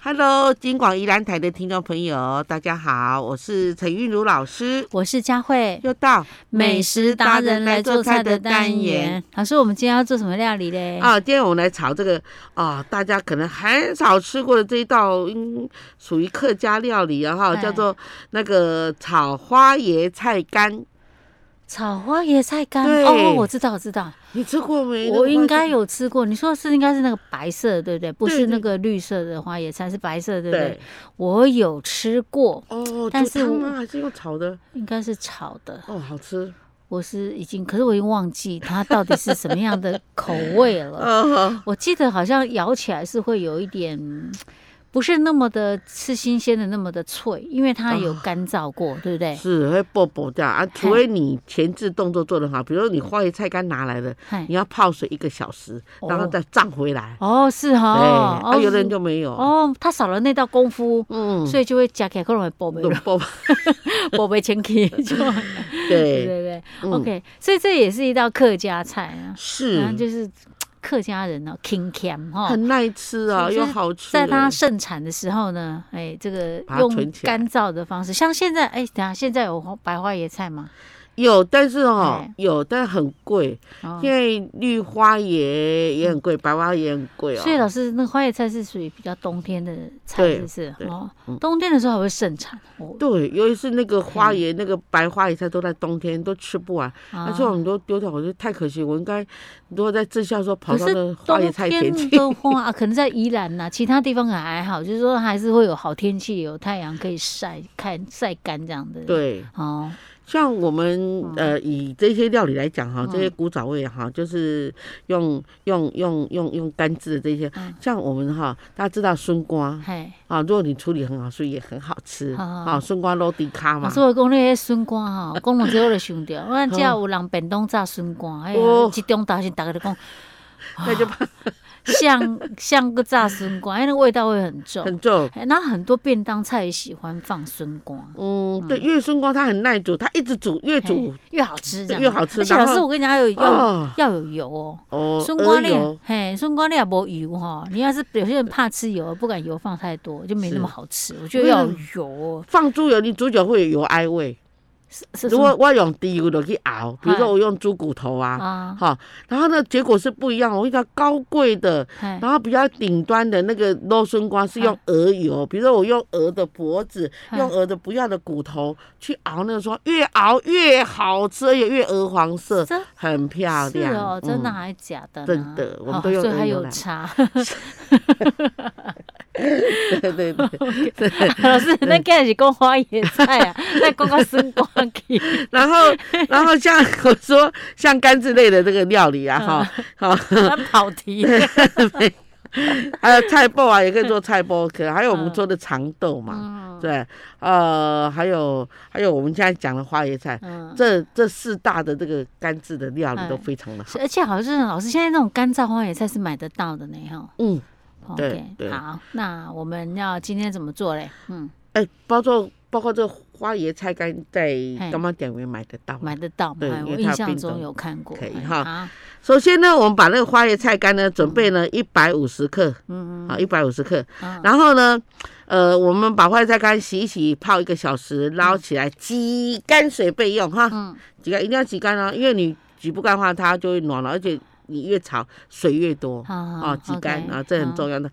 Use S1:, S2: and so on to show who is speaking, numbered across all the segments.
S1: Hello，金广宜兰台的听众朋友，大家好，我是陈韵如老师，
S2: 我是佳慧，
S1: 又到
S2: 美食达人来做菜的单元。老师，我们今天要做什么料理嘞？
S1: 啊，今天我们来炒这个啊，大家可能很少吃过的这一道，嗯，属于客家料理啊哈，
S2: 哎
S1: 叫做那个炒花椰菜干，
S2: 炒花椰菜干。
S1: 对
S2: 哦，我知道，我知道，
S1: 你吃过没？
S2: 我应该
S1: 有。
S2: 有吃过。你说的是应该是那个白色的，对不对？不
S1: 对
S2: 是那个绿色的花椰菜，是白色的，对不对
S1: 对？，
S2: 我有吃过，
S1: 哦，
S2: 但
S1: 煮
S2: 是
S1: 汤
S2: 我
S1: 啊，还是用炒的，
S2: 应该是炒的。
S1: 哦，好吃。
S2: 我是已经，可是我已经忘记它到底是什么样的口味 了。
S1: 嗯，
S2: 我记得好像咬起来是会有一点，嗯不是那么的吃新鲜的那么的脆，因为它有
S1: 啊
S2: 干燥过，对不对？
S1: 是会爆爆掉
S2: 哎
S1: 啊，除非你前置动作做得好，比如说你花椰菜干拿来了，
S2: 嗨
S1: 你要泡水一个小时，
S2: 哦
S1: 然后再涨回来。
S2: 哦，是
S1: 对，
S2: 哈、哦，
S1: 啊，有的人
S2: 是
S1: 就没有。
S2: 哦，他少了那道功夫，
S1: 嗯，
S2: 所以就会夹起来可能会爆没
S1: 就
S2: 了，
S1: 爆。
S2: 爆没前 去，就对
S1: 对，
S2: 对对、
S1: 嗯
S2: o k 所以这也是一道客家菜啊，然后
S1: 是
S2: 就是客家人哦，king cam 哈、
S1: 很耐吃啊，
S2: 是就
S1: 又
S2: 是
S1: 好吃。
S2: 在它盛产的时候呢，哎，这个
S1: 把它存
S2: 用
S1: 起来
S2: 干燥的方式，像现在，哎，等一下现在有花白花椰菜吗？
S1: 有，但是哦
S2: 哎，
S1: 有，但很贵，
S2: 哦
S1: 因，为绿花椰也很贵，白花也很贵哦。
S2: 所以老师，那花椰菜是属于比较冬天的菜，
S1: 对
S2: 是不是？
S1: 对
S2: 哦
S1: 嗯，
S2: 冬天的时候还会盛产，哦，
S1: 对，尤其是那个花椰，那个白花椰菜都在冬天都吃不完，
S2: 啊
S1: 而且我们都丢掉，我觉得太可惜。我应该如果在治校的时候跑
S2: 可
S1: 到
S2: 是
S1: 那花椰
S2: 冬
S1: 菜田去，
S2: 天 的话，啊可能在宜兰呐、其他地方可能还好，就是说还是会有好天气，有太阳可以晒看晒干这样的。，
S1: 对。
S2: 哦，
S1: 像我们呃，以这些料理来讲哈，
S2: 嗯
S1: 这些古早味哈，就是用用用用用干制的这些
S2: 嗯，
S1: 像我们哈，大家知道笋瓜
S2: 嘿，
S1: 啊，如果你处理很好，所以也很好吃
S2: 好好
S1: 啊。笋瓜落地卡
S2: 老
S1: 嘛
S2: 师，我讲那些笋干哈，我讲两只我就想到，我只有人便当炸笋干，哎呀
S1: 哦，
S2: 一中大是大家就讲
S1: 那就怕
S2: 像像个炸笋干，哎，那味道会很重。
S1: 很重。
S2: 哎那很多便当菜也喜欢放笋干，
S1: 嗯，对，因为笋瓜它很耐煮，它一直煮，越煮
S2: 嘿越好吃这样，
S1: 越好吃
S2: 而且
S1: 然
S2: 老
S1: 后
S2: 师，我跟你讲，要有要
S1: 哦
S2: 要有油哦。
S1: 哦，
S2: 笋
S1: 鹅
S2: 干
S1: 油
S2: 粒，嘿，笋干粒也无油哈。你要是有些人怕吃油，不敢油放太多，就没那么好吃。我觉得要有油，
S1: 放猪油，你煮久会有油哀味。
S2: 是是
S1: 如果我用猪油落去熬，比如说我用猪骨头啊，
S2: 啊，
S1: 好，然后呢，结果是不一样。我遇到高贵的，
S2: 嘿，
S1: 然后比较顶端的那个肉笋瓜是
S2: 哎
S1: 用鹅油，比如说我用鹅的脖子，
S2: 嗯
S1: 用鹅的不要的骨头去熬那个说越熬越好吃，而且越鹅黄色，
S2: 这
S1: 很漂
S2: 是
S1: 亮。
S2: 哦，真的
S1: 嗯
S2: 还是假的呢？
S1: 真的我们
S2: 好
S1: 都用
S2: 所以
S1: 鹅
S2: 还
S1: 油
S2: 有
S1: 来
S2: 差。
S1: 对对 对。
S2: 老师，那刚才是讲花椰菜 啊，那讲到笋干去，
S1: 然后，然后像我说，像干之类的这个料理啊，
S2: 嗯
S1: 哈， 好，
S2: 那跑题。
S1: 还有菜包啊，也可以做菜包，可还有我们说的长豆嘛，
S2: 嗯
S1: 对，呃，还有还有我们现在讲的花椰菜，
S2: 嗯，
S1: 这这四大的这个干制的料理都
S2: 哎
S1: 非常的好
S2: 是。而且好像老师现在那种干燥花椰菜是买得到的呢，哈。
S1: 嗯，对
S2: OK，
S1: 对
S2: 好，那我们要今天怎么做嘞？嗯，
S1: 哎，包括包括这个花椰菜干在干妈店也买得到。
S2: 买得到吗？
S1: 对
S2: 哎
S1: 因为
S2: 我
S1: 它
S2: 印
S1: 有
S2: 象
S1: 冰
S2: 中
S1: 冻
S2: 有看过。
S1: 可以
S2: 哎
S1: 哈
S2: 好
S1: 首先呢，我们把那个花椰菜干呢，准备呢一百五十克，
S2: 嗯嗯嗯
S1: 啊，一百五十克。
S2: 嗯
S1: 然后呢，呃，我们把花椰菜干洗一洗，泡一个小时，捞起来，挤干水备用哈。
S2: 嗯，
S1: 挤干一定要挤干哦，因为你挤不干的话，它就会软了，而且你越炒水越多。
S2: 好好
S1: 哦，挤干
S2: OK，嗯
S1: 啊，这很
S2: 好
S1: 重要的。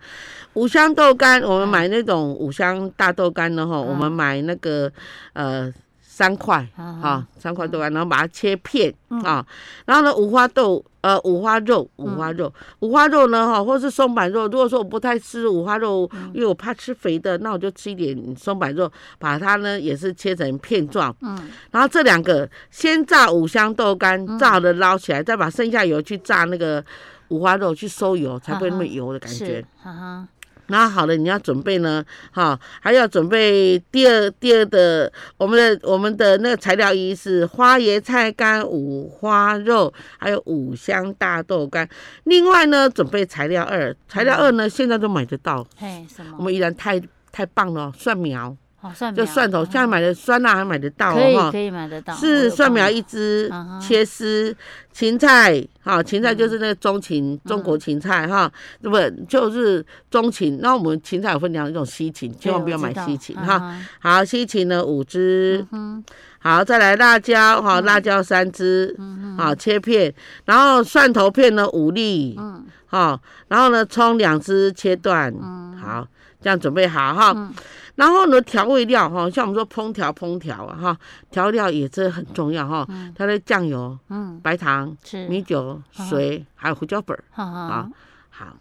S1: 五香豆干，我们
S2: 嗯
S1: 买那种五香大豆干的哈，我们
S2: 嗯
S1: 买那个呃三块
S2: 好
S1: 哈
S2: 好，
S1: 三块豆干，然后把它切片
S2: 嗯
S1: 啊。然后呢，五花豆呃五花肉，五花
S2: 嗯
S1: 肉，五花肉呢哈，或是松板肉。如果说我不太吃五花肉，
S2: 嗯
S1: 因为我怕吃肥的，那我就吃一点松板肉，把它呢也是切成片状。
S2: 嗯
S1: 然后这两个先炸五香豆干，炸了捞起来，再把剩下油去炸那个五花肉，去收油，才不会那么油的感觉
S2: 嗯是。，哈哈，
S1: 然后好了，你要准备呢，哈，还要准备第二第二的我们的我们的那个材料一是花椰菜干、五花肉，还有五香大豆干。另外呢，准备材料
S2: 嗯
S1: 二，材料二呢现在都买得到，
S2: 嘿，什么？
S1: 我们依然太太棒了，蒜苗。
S2: 哦，蒜苗
S1: 就蒜头，
S2: 哦
S1: 现在买的酸辣还买得到
S2: 可以
S1: 哦，
S2: 可以买得到，
S1: 哈，
S2: 我
S1: 是
S2: 有
S1: 蒜
S2: 帮
S1: 苗
S2: 你
S1: 一支
S2: 嗯哼，嗯
S1: 切丝，芹菜，哈，芹菜就是那个中芹，中国芹菜哈，那么就是中芹，那我们芹菜有分两种，西芹，千万不要买西芹哈。，好，西芹呢五支，
S2: 嗯
S1: 好，再来辣椒，好，辣椒三支，
S2: 嗯
S1: 好切片，然后蒜头片呢五粒，
S2: 嗯
S1: 好，然后呢葱两支切断，
S2: 嗯
S1: 好，这样准备好哈。然后呢调味料哈，像我们说烹调烹调啊哈，调料也是很重要哈，调料酱油、
S2: 嗯，嗯
S1: 白糖、
S2: 是
S1: 米酒、水，还有胡椒粉儿。
S2: 好
S1: 啊
S2: 好，
S1: 好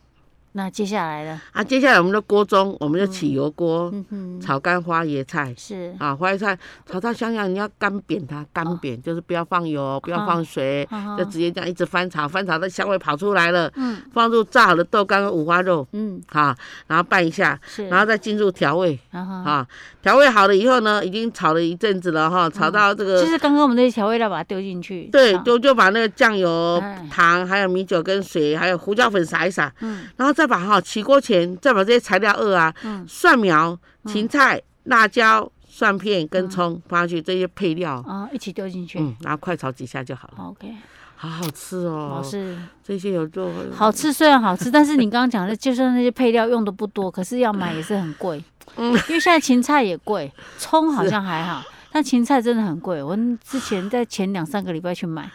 S2: 那接下来呢？
S1: 啊，接下来我们的锅中，我们就起油锅
S2: 嗯哼，
S1: 炒干花椰菜。
S2: 是，
S1: 啊，花椰菜炒到香香，你要干煸它，干煸、就是不要放油，不要放水，
S2: 啊
S1: 就直接这样一直翻炒，翻炒到香味跑出来了，
S2: 嗯
S1: 放入炸好的豆干跟五花肉，
S2: 嗯
S1: 啊，然后拌一下，
S2: 是，嗯
S1: 然后再进入调味，
S2: 然后
S1: 啊，调味好了以后呢，已经炒了一阵子了哈，炒到这个。
S2: 就是刚刚我们那些调味料把它丢进去，
S1: 对，
S2: 啊
S1: 就就把那个酱油
S2: 哎、
S1: 糖、还有米酒跟水，还有胡椒粉撒一撒，
S2: 嗯
S1: 然后再把哈起锅前再把这些材料二啊，
S2: 嗯嗯
S1: 蒜苗、芹菜、辣椒、蒜片跟葱放下去，这些配料，
S2: 啊一起丢进去。
S1: 嗯，然后快炒几下就好了，
S2: OK，
S1: 好好吃
S2: 好
S1: 哦。
S2: 吃，
S1: 这些有肉，
S2: 好吃虽然好吃，但是你刚刚讲的，就算那些配料用的不多，可是要买也是很贵，
S1: 嗯
S2: 因为现在芹菜也贵，葱好像还好，但芹菜真的很贵。我之前在前两三个礼拜去买，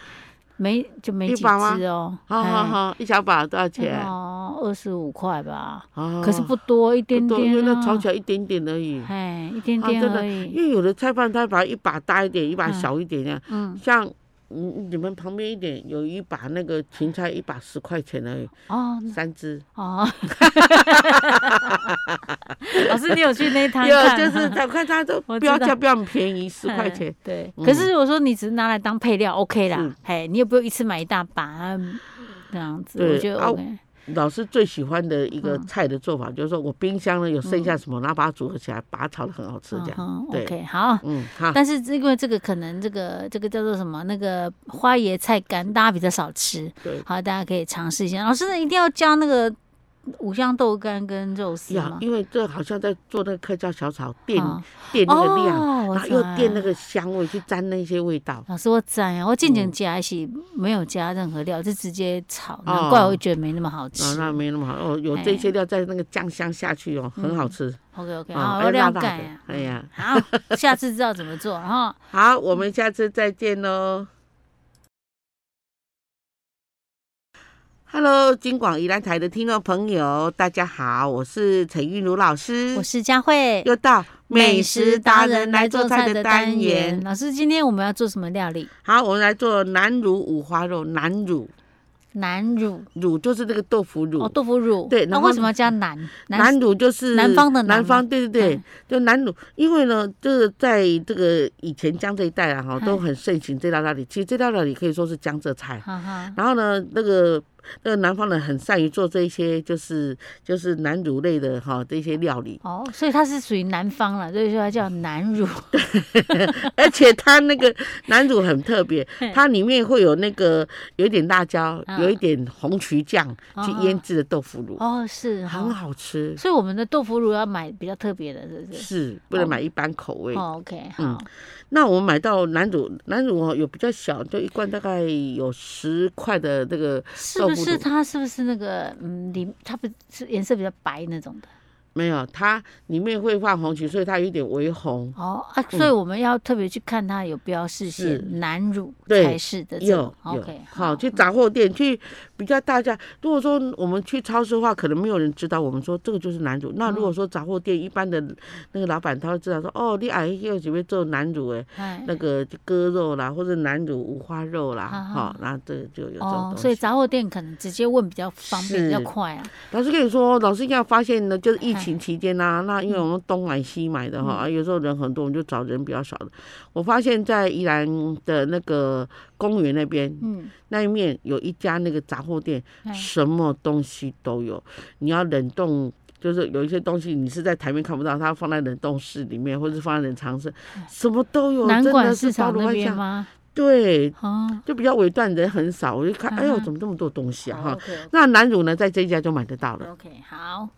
S2: 没就没
S1: 一
S2: 几
S1: 把吗
S2: 只哦，
S1: 好好好，一小把多少
S2: 哎，
S1: 钱？
S2: 哦，二十五块吧，
S1: 哦
S2: 可是不多，一点
S1: 不多
S2: 点、啊，
S1: 因为那炒起来一点点而已。
S2: 哎，一点
S1: 啊
S2: 点
S1: 真的
S2: 而已，
S1: 因为有的菜饭它把一把大一点，一把
S2: 嗯
S1: 小一点这样，
S2: 嗯，
S1: 像嗯你们旁边一点有一把那个芹菜，一把十块钱而已，
S2: 哦
S1: 三只。
S2: 哦， 老师，你有去那一摊
S1: 有
S2: 看？
S1: 就是我看它都
S2: 我知
S1: 标价
S2: 道
S1: 标很便宜，十块钱
S2: 嗯。。对，
S1: 嗯
S2: 可是我说你只是拿来当配料，OK 啦
S1: 是，
S2: 嘿，你也不用一次买一大把嗯这样子，
S1: 对
S2: 我觉得
S1: 啊
S2: OK。
S1: 老师最喜欢的一
S2: 嗯
S1: 个菜的做法，就是说我冰箱呢有剩下什么，然后把它组合起来，把它炒的很好吃这样。
S2: 嗯哼
S1: 对
S2: ，OK，好。
S1: 嗯，好，
S2: 但是因为这个可能这个这个叫做什么那个花椰菜干，大家比较少吃，
S1: 对
S2: 好，大家可以尝试一下。老师，那一定要加那个五香豆干跟肉丝
S1: 呀
S2: 吗，？
S1: 因为这好像在做那个客家小炒，垫
S2: 啊
S1: 垫那个量，
S2: 哦我
S1: 然后又
S2: 知道
S1: 垫那个香味，去沾那些味道。
S2: 老师，我知啊，我进前加是没有加任何料，就直接炒，
S1: 哦
S2: 难怪我会觉得没那么好吃
S1: 啊，。那没那么好哦，有这些料在那个酱香下去哦，很好吃。
S2: OK OK，
S1: 啊
S2: 好，
S1: 还
S2: 我
S1: 有辣辣
S2: 了解
S1: 的
S2: 啊。
S1: 哎呀，
S2: 好，下次知道怎么做哈。
S1: 好，我们下次再见喽。Hello，金广宜兰台的听众朋友，大家好，我是陈韵如老师
S2: 我，是佳慧，
S1: 又到嗯美食达人来做菜的单元。
S2: 老师，今天我们要做什么料理？
S1: 好，我们来做南乳五花肉，南乳
S2: 南乳
S1: 乳就是那个豆腐乳，
S2: 哦，豆腐乳。
S1: 对
S2: 那
S1: 然后
S2: 为什么要加南？
S1: 南乳就是
S2: 南方的南
S1: 南
S2: 吗
S1: 方，对对对
S2: 嗯，
S1: 就南乳，因为呢，就是在这个以前江这一带啊，哈，
S2: 嗯
S1: 都很盛行这道料理。其实这道料理可以说是江浙菜。
S2: 哈哈，，
S1: 然后呢，那个那个南方人很善于做这一些，就是就是南乳类的哈这些料理
S2: 哦，所以它是属于南方了，所以说它叫南乳。
S1: 而且它那个南乳很特 别，它里面会有那个有一点辣椒，
S2: 嗯
S1: 有一点红曲酱去腌制的豆腐乳，
S2: 哦，是
S1: 很
S2: 哈。
S1: 好吃，
S2: 所以我们的豆腐乳要买比较特别的，是不哦是？
S1: 是不能买一般口味。
S2: 哦，OK，
S1: 嗯
S2: 好，
S1: 那我们买到南乳，南乳哦有比较小，就一罐大概有十块的那个
S2: 是
S1: 豆
S2: 不
S1: 腐
S2: 是
S1: 乳，
S2: 它是不是那个嗯里它不是颜色比较白那种的？
S1: 没有，它里面会放红曲，所以它有点微红。
S2: 哦啊，所以我们要特别去看它有标示写
S1: 嗯是
S2: 南乳
S1: 对
S2: 才是的这
S1: 有
S2: 种。
S1: 有
S2: OK，嗯
S1: 好，去杂货店去比较大家。如果说我们去超市的话，可能没有人知道我们说这个就是南乳。那如果说杂货店一般的那个老板他会知道说，哦，你矮又准备做南乳诶，
S2: 哎
S1: 那个割肉啦，或者南乳五花肉啦，
S2: 啊
S1: 好，那这个就有这种
S2: 哦
S1: 东，
S2: 所以
S1: 西。
S2: 杂货店可能直接问比较方便，
S1: 是
S2: 比较快啊。
S1: 老师跟你说，老师一定要发现呢，就是疫情期间呐、那因为我们东买西买的哈、啊，有时候人很多，我们就找人比较少的。我发现，在宜兰的那个公园那边
S2: 嗯，
S1: 那一面有一家那个杂货店，
S2: 嗯
S1: 什么东西都有。你要冷冻，就是有一些东西你是在台面看不到，它放在冷冻室里面，或者放在冷藏室，什么都有。
S2: 南
S1: 哦真
S2: 管
S1: 的
S2: 市
S1: 是包
S2: 场
S1: 罗
S2: 那
S1: 万
S2: 边
S1: 象，
S2: 吗？
S1: 对，
S2: 哦，
S1: 就比较尾段人很少，我就看，哎
S2: 嗯
S1: 呦，
S2: 哼
S1: 怎么这么多东西啊哈。
S2: OK
S1: 那南乳呢，在这一家就买得到了。
S2: 哦 OK，好，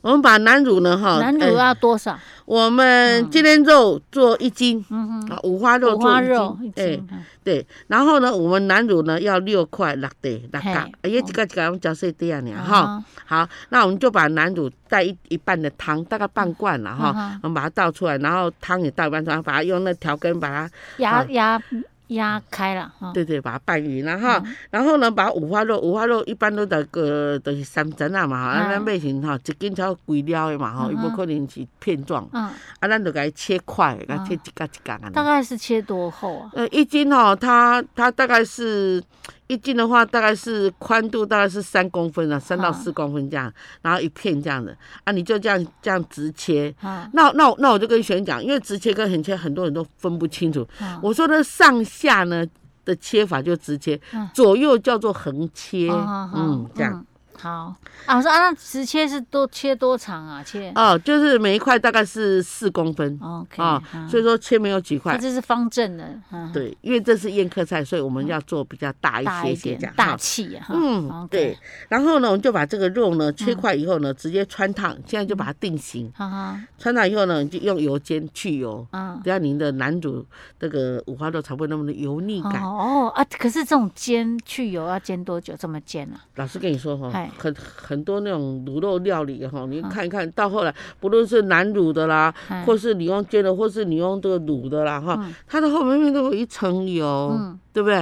S1: 我们把南乳呢，哈，
S2: 南乳啊
S1: 哎
S2: 要多少？
S1: 我们今天肉做一斤，
S2: 嗯哼，
S1: 啊，五花肉
S2: 五
S1: 做
S2: 花
S1: 一
S2: 肉
S1: 斤，哎
S2: 一斤，
S1: 对，然后呢，我们南乳呢要六块六的六角，
S2: 嘿哦
S1: 啊也一个一个我们嚼碎这样呢
S2: 啊
S1: 哈。好，那我们就把南乳带一一半的汤，大概半罐了
S2: 嗯
S1: 哈
S2: 哼，
S1: 我们把它倒出来，然后汤也倒一半出来，把它用那调羹把它，
S2: 压压压开了哈，
S1: 对对，把它拌匀了哈。
S2: 嗯
S1: 然后呢，把五花肉，五花肉一般都得个都是三层啊嘛，啊
S2: 嗯
S1: 咱买成哈一斤超贵了的嘛吼，
S2: 嗯
S1: 伊
S2: 哼
S1: 无可能是片状，
S2: 嗯，
S1: 啊咱就给它切块，给它
S2: 嗯
S1: 切一角一角啊。
S2: 大概是切多厚啊？
S1: 呃，一斤哦，它它大概是一斤的话，大概是宽度大概是三公分啊，三到
S2: 啊
S1: 四公分这样，然后一片这样的啊，你就这样这样直切。
S2: 啊，
S1: 那那我那我就跟学员讲，因为直切跟横切很多人都分不清楚。
S2: 啊
S1: 我说的上下呢的切法就直切，
S2: 嗯
S1: 左右叫做横切，
S2: 啊
S1: 嗯，这样。。
S2: 啊啊好啊，我说啊，那直切是多切多长啊？切
S1: 哦，就是每一块大概是四公分
S2: ，OK 嗯
S1: 啊，所以说切没有几
S2: 它
S1: 块。
S2: 这是方正的，嗯，
S1: 对，因为这是宴客菜，所以我们要做比较大一
S2: 大
S1: 些
S2: 一
S1: 些
S2: 点
S1: 这样。，哈
S2: 大气啊哈。
S1: 嗯，
S2: OK 嗯
S1: 对，。然后呢，我们就把这个肉呢切块以后呢，直接穿烫，现在就把它定型。
S2: 哈哈，
S1: 穿烫以后呢，你就用油煎去油，
S2: 嗯，
S1: 这样您的男主这个五花肉才不会那么的油腻
S2: 哦
S1: 感。
S2: 哦啊，可是这种煎去油要煎多久？这么煎啊？
S1: 老师跟你说哈
S2: 嗨，
S1: 很很多那种卤肉料理哈，你看一看到后来，不论是南乳的啦，
S2: 嗯
S1: 或是你用煎的，或是你用这个卤的啦哈
S2: 嗯，
S1: 它的后面面都有一层油。
S2: 嗯
S1: 对不对？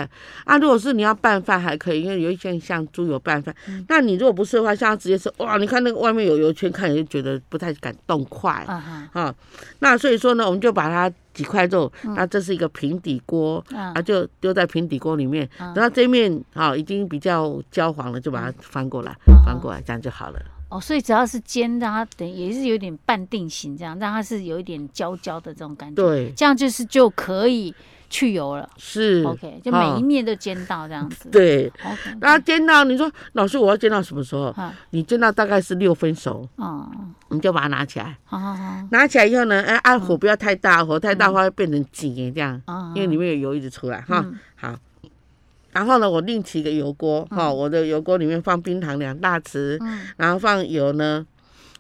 S1: 啊，如果是你要拌饭还可以，因为有一些像猪油拌饭。
S2: 嗯
S1: 那你如果不是的话，像它直接吃，哇，你看那个外面有油圈，看你就觉得不太敢动筷啊
S2: 啊哈，
S1: 那所以说呢，我们就把它几块肉，
S2: 嗯
S1: 那这是一个平底锅。
S2: 啊
S1: 啊，就丢在平底锅里面，
S2: 嗯
S1: 等到这面啊已经比较焦黄了，就把它翻过来，
S2: 嗯
S1: 翻过来，这样就好了。
S2: 哦，所以只要是煎，让它等也是有点半定型，这样让它是有一点焦焦的这种感觉，
S1: 对，
S2: 这样就是就可以去油了。
S1: 是
S2: OK，就每一
S1: 啊
S2: 面都煎到这样子。
S1: 对。
S2: ，OK，
S1: 然后煎到你说老师，我要煎到什么时候？
S2: 啊，
S1: 你煎到大概是六分熟，
S2: 哦，
S1: 你就把它拿起来。
S2: 好好好，
S1: 拿起来以后呢，哎，啊，火不要太大，火太大的话会变成紧的这样，
S2: 啊，
S1: 因为里面有油一直出来哈
S2: 嗯。
S1: 好，然后呢，我另起一个油锅哈，我的油锅里面放冰糖两大匙，
S2: 嗯
S1: 然后放油呢，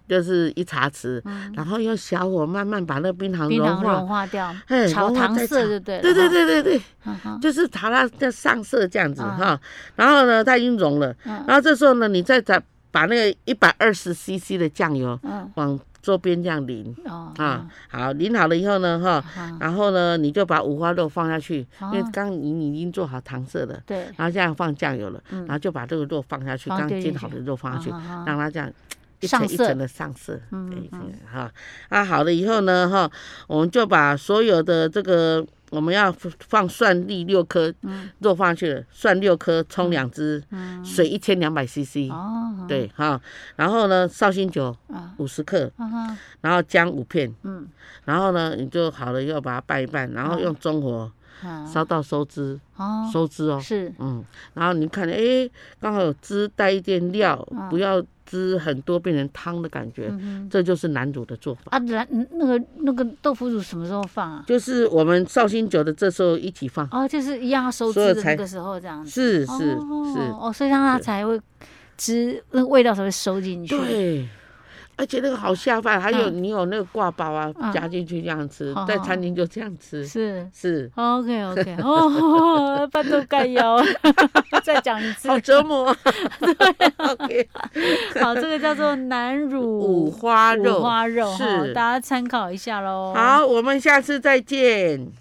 S1: 就是一茶匙，
S2: 嗯，
S1: 然后用小火慢慢把那个冰糖
S2: 冰
S1: 融
S2: 糖
S1: 化
S2: 融。化掉
S1: 嘿，
S2: 炒
S1: 融化
S2: 糖
S1: 再
S2: 色
S1: 炒
S2: 就对了。
S1: 对对对对对，
S2: 哈，哈哈
S1: 就是炒到要上色这样子
S2: 啊
S1: 哈。然后呢，它已经融了，
S2: 嗯
S1: 然后这时候呢，你再把把那个一百二十 CC 的酱油
S2: 嗯，
S1: 往桌边这样淋。
S2: 哦，
S1: 啊，好，淋好了以后呢，哈，
S2: 啊，
S1: 然后呢，你就把五花肉放下去，因
S2: 哦
S1: 为刚你你已经做好糖色了，
S2: 对，
S1: 然后这样放酱油了，
S2: 嗯
S1: 然后就把这个肉放下去，
S2: 放
S1: 刚
S2: 丢进
S1: 煎好的肉放下去，
S2: 啊哈哈
S1: 让它这样。一层
S2: 上
S1: 一
S2: 色
S1: 层的上色，
S2: 嗯
S1: 对
S2: 嗯
S1: 哈啊，好了以后呢，哈，我们就把所有的这个我们要放蒜粒六颗，
S2: 嗯
S1: 肉放下去了，蒜六颗，葱两只，
S2: 嗯，
S1: 水一千两百 CC，
S2: 哦，
S1: 对哈，然后呢，绍兴酒
S2: 啊，
S1: 五十克，
S2: 啊哈，
S1: 然后姜五片，
S2: 嗯，
S1: 然后呢，你就好了以后把它拌一拌，然后用中火
S2: 啊
S1: 烧到收汁，
S2: 哦，
S1: 收汁哦，
S2: 是，
S1: 嗯，然后你看，哎，刚好有汁带一点料，
S2: 嗯
S1: 不要汁很多变成汤的感觉，
S2: 嗯哼，
S1: 这就是南乳的做法。
S2: 啊，然那个那个豆腐乳什么时候放啊？
S1: 就是我们绍兴酒的这时候一起放，
S2: 哦，就是一样要收汁
S1: 所有
S2: 的
S1: 才
S2: 那个时候这样子。
S1: 是是
S2: 哦
S1: 是，
S2: 哦，所以让它
S1: 对
S2: 才会汁，那个味道才会收进去。
S1: 对。而且那个好下饭，还有
S2: 嗯
S1: 你有那个挂包啊，
S2: 嗯
S1: 夹进去这样吃
S2: 好，好
S1: 在餐厅就这样吃，
S2: 是。
S1: 是
S2: OK OK，哦， 半豆盖腰，再讲一次
S1: 好，折磨。OK，啊
S2: 好，这个叫做南
S1: 五
S2: 乳
S1: 花肉，
S2: 五花肉哈，
S1: 是
S2: 大家参考一下喽。
S1: 好，我们下次再见。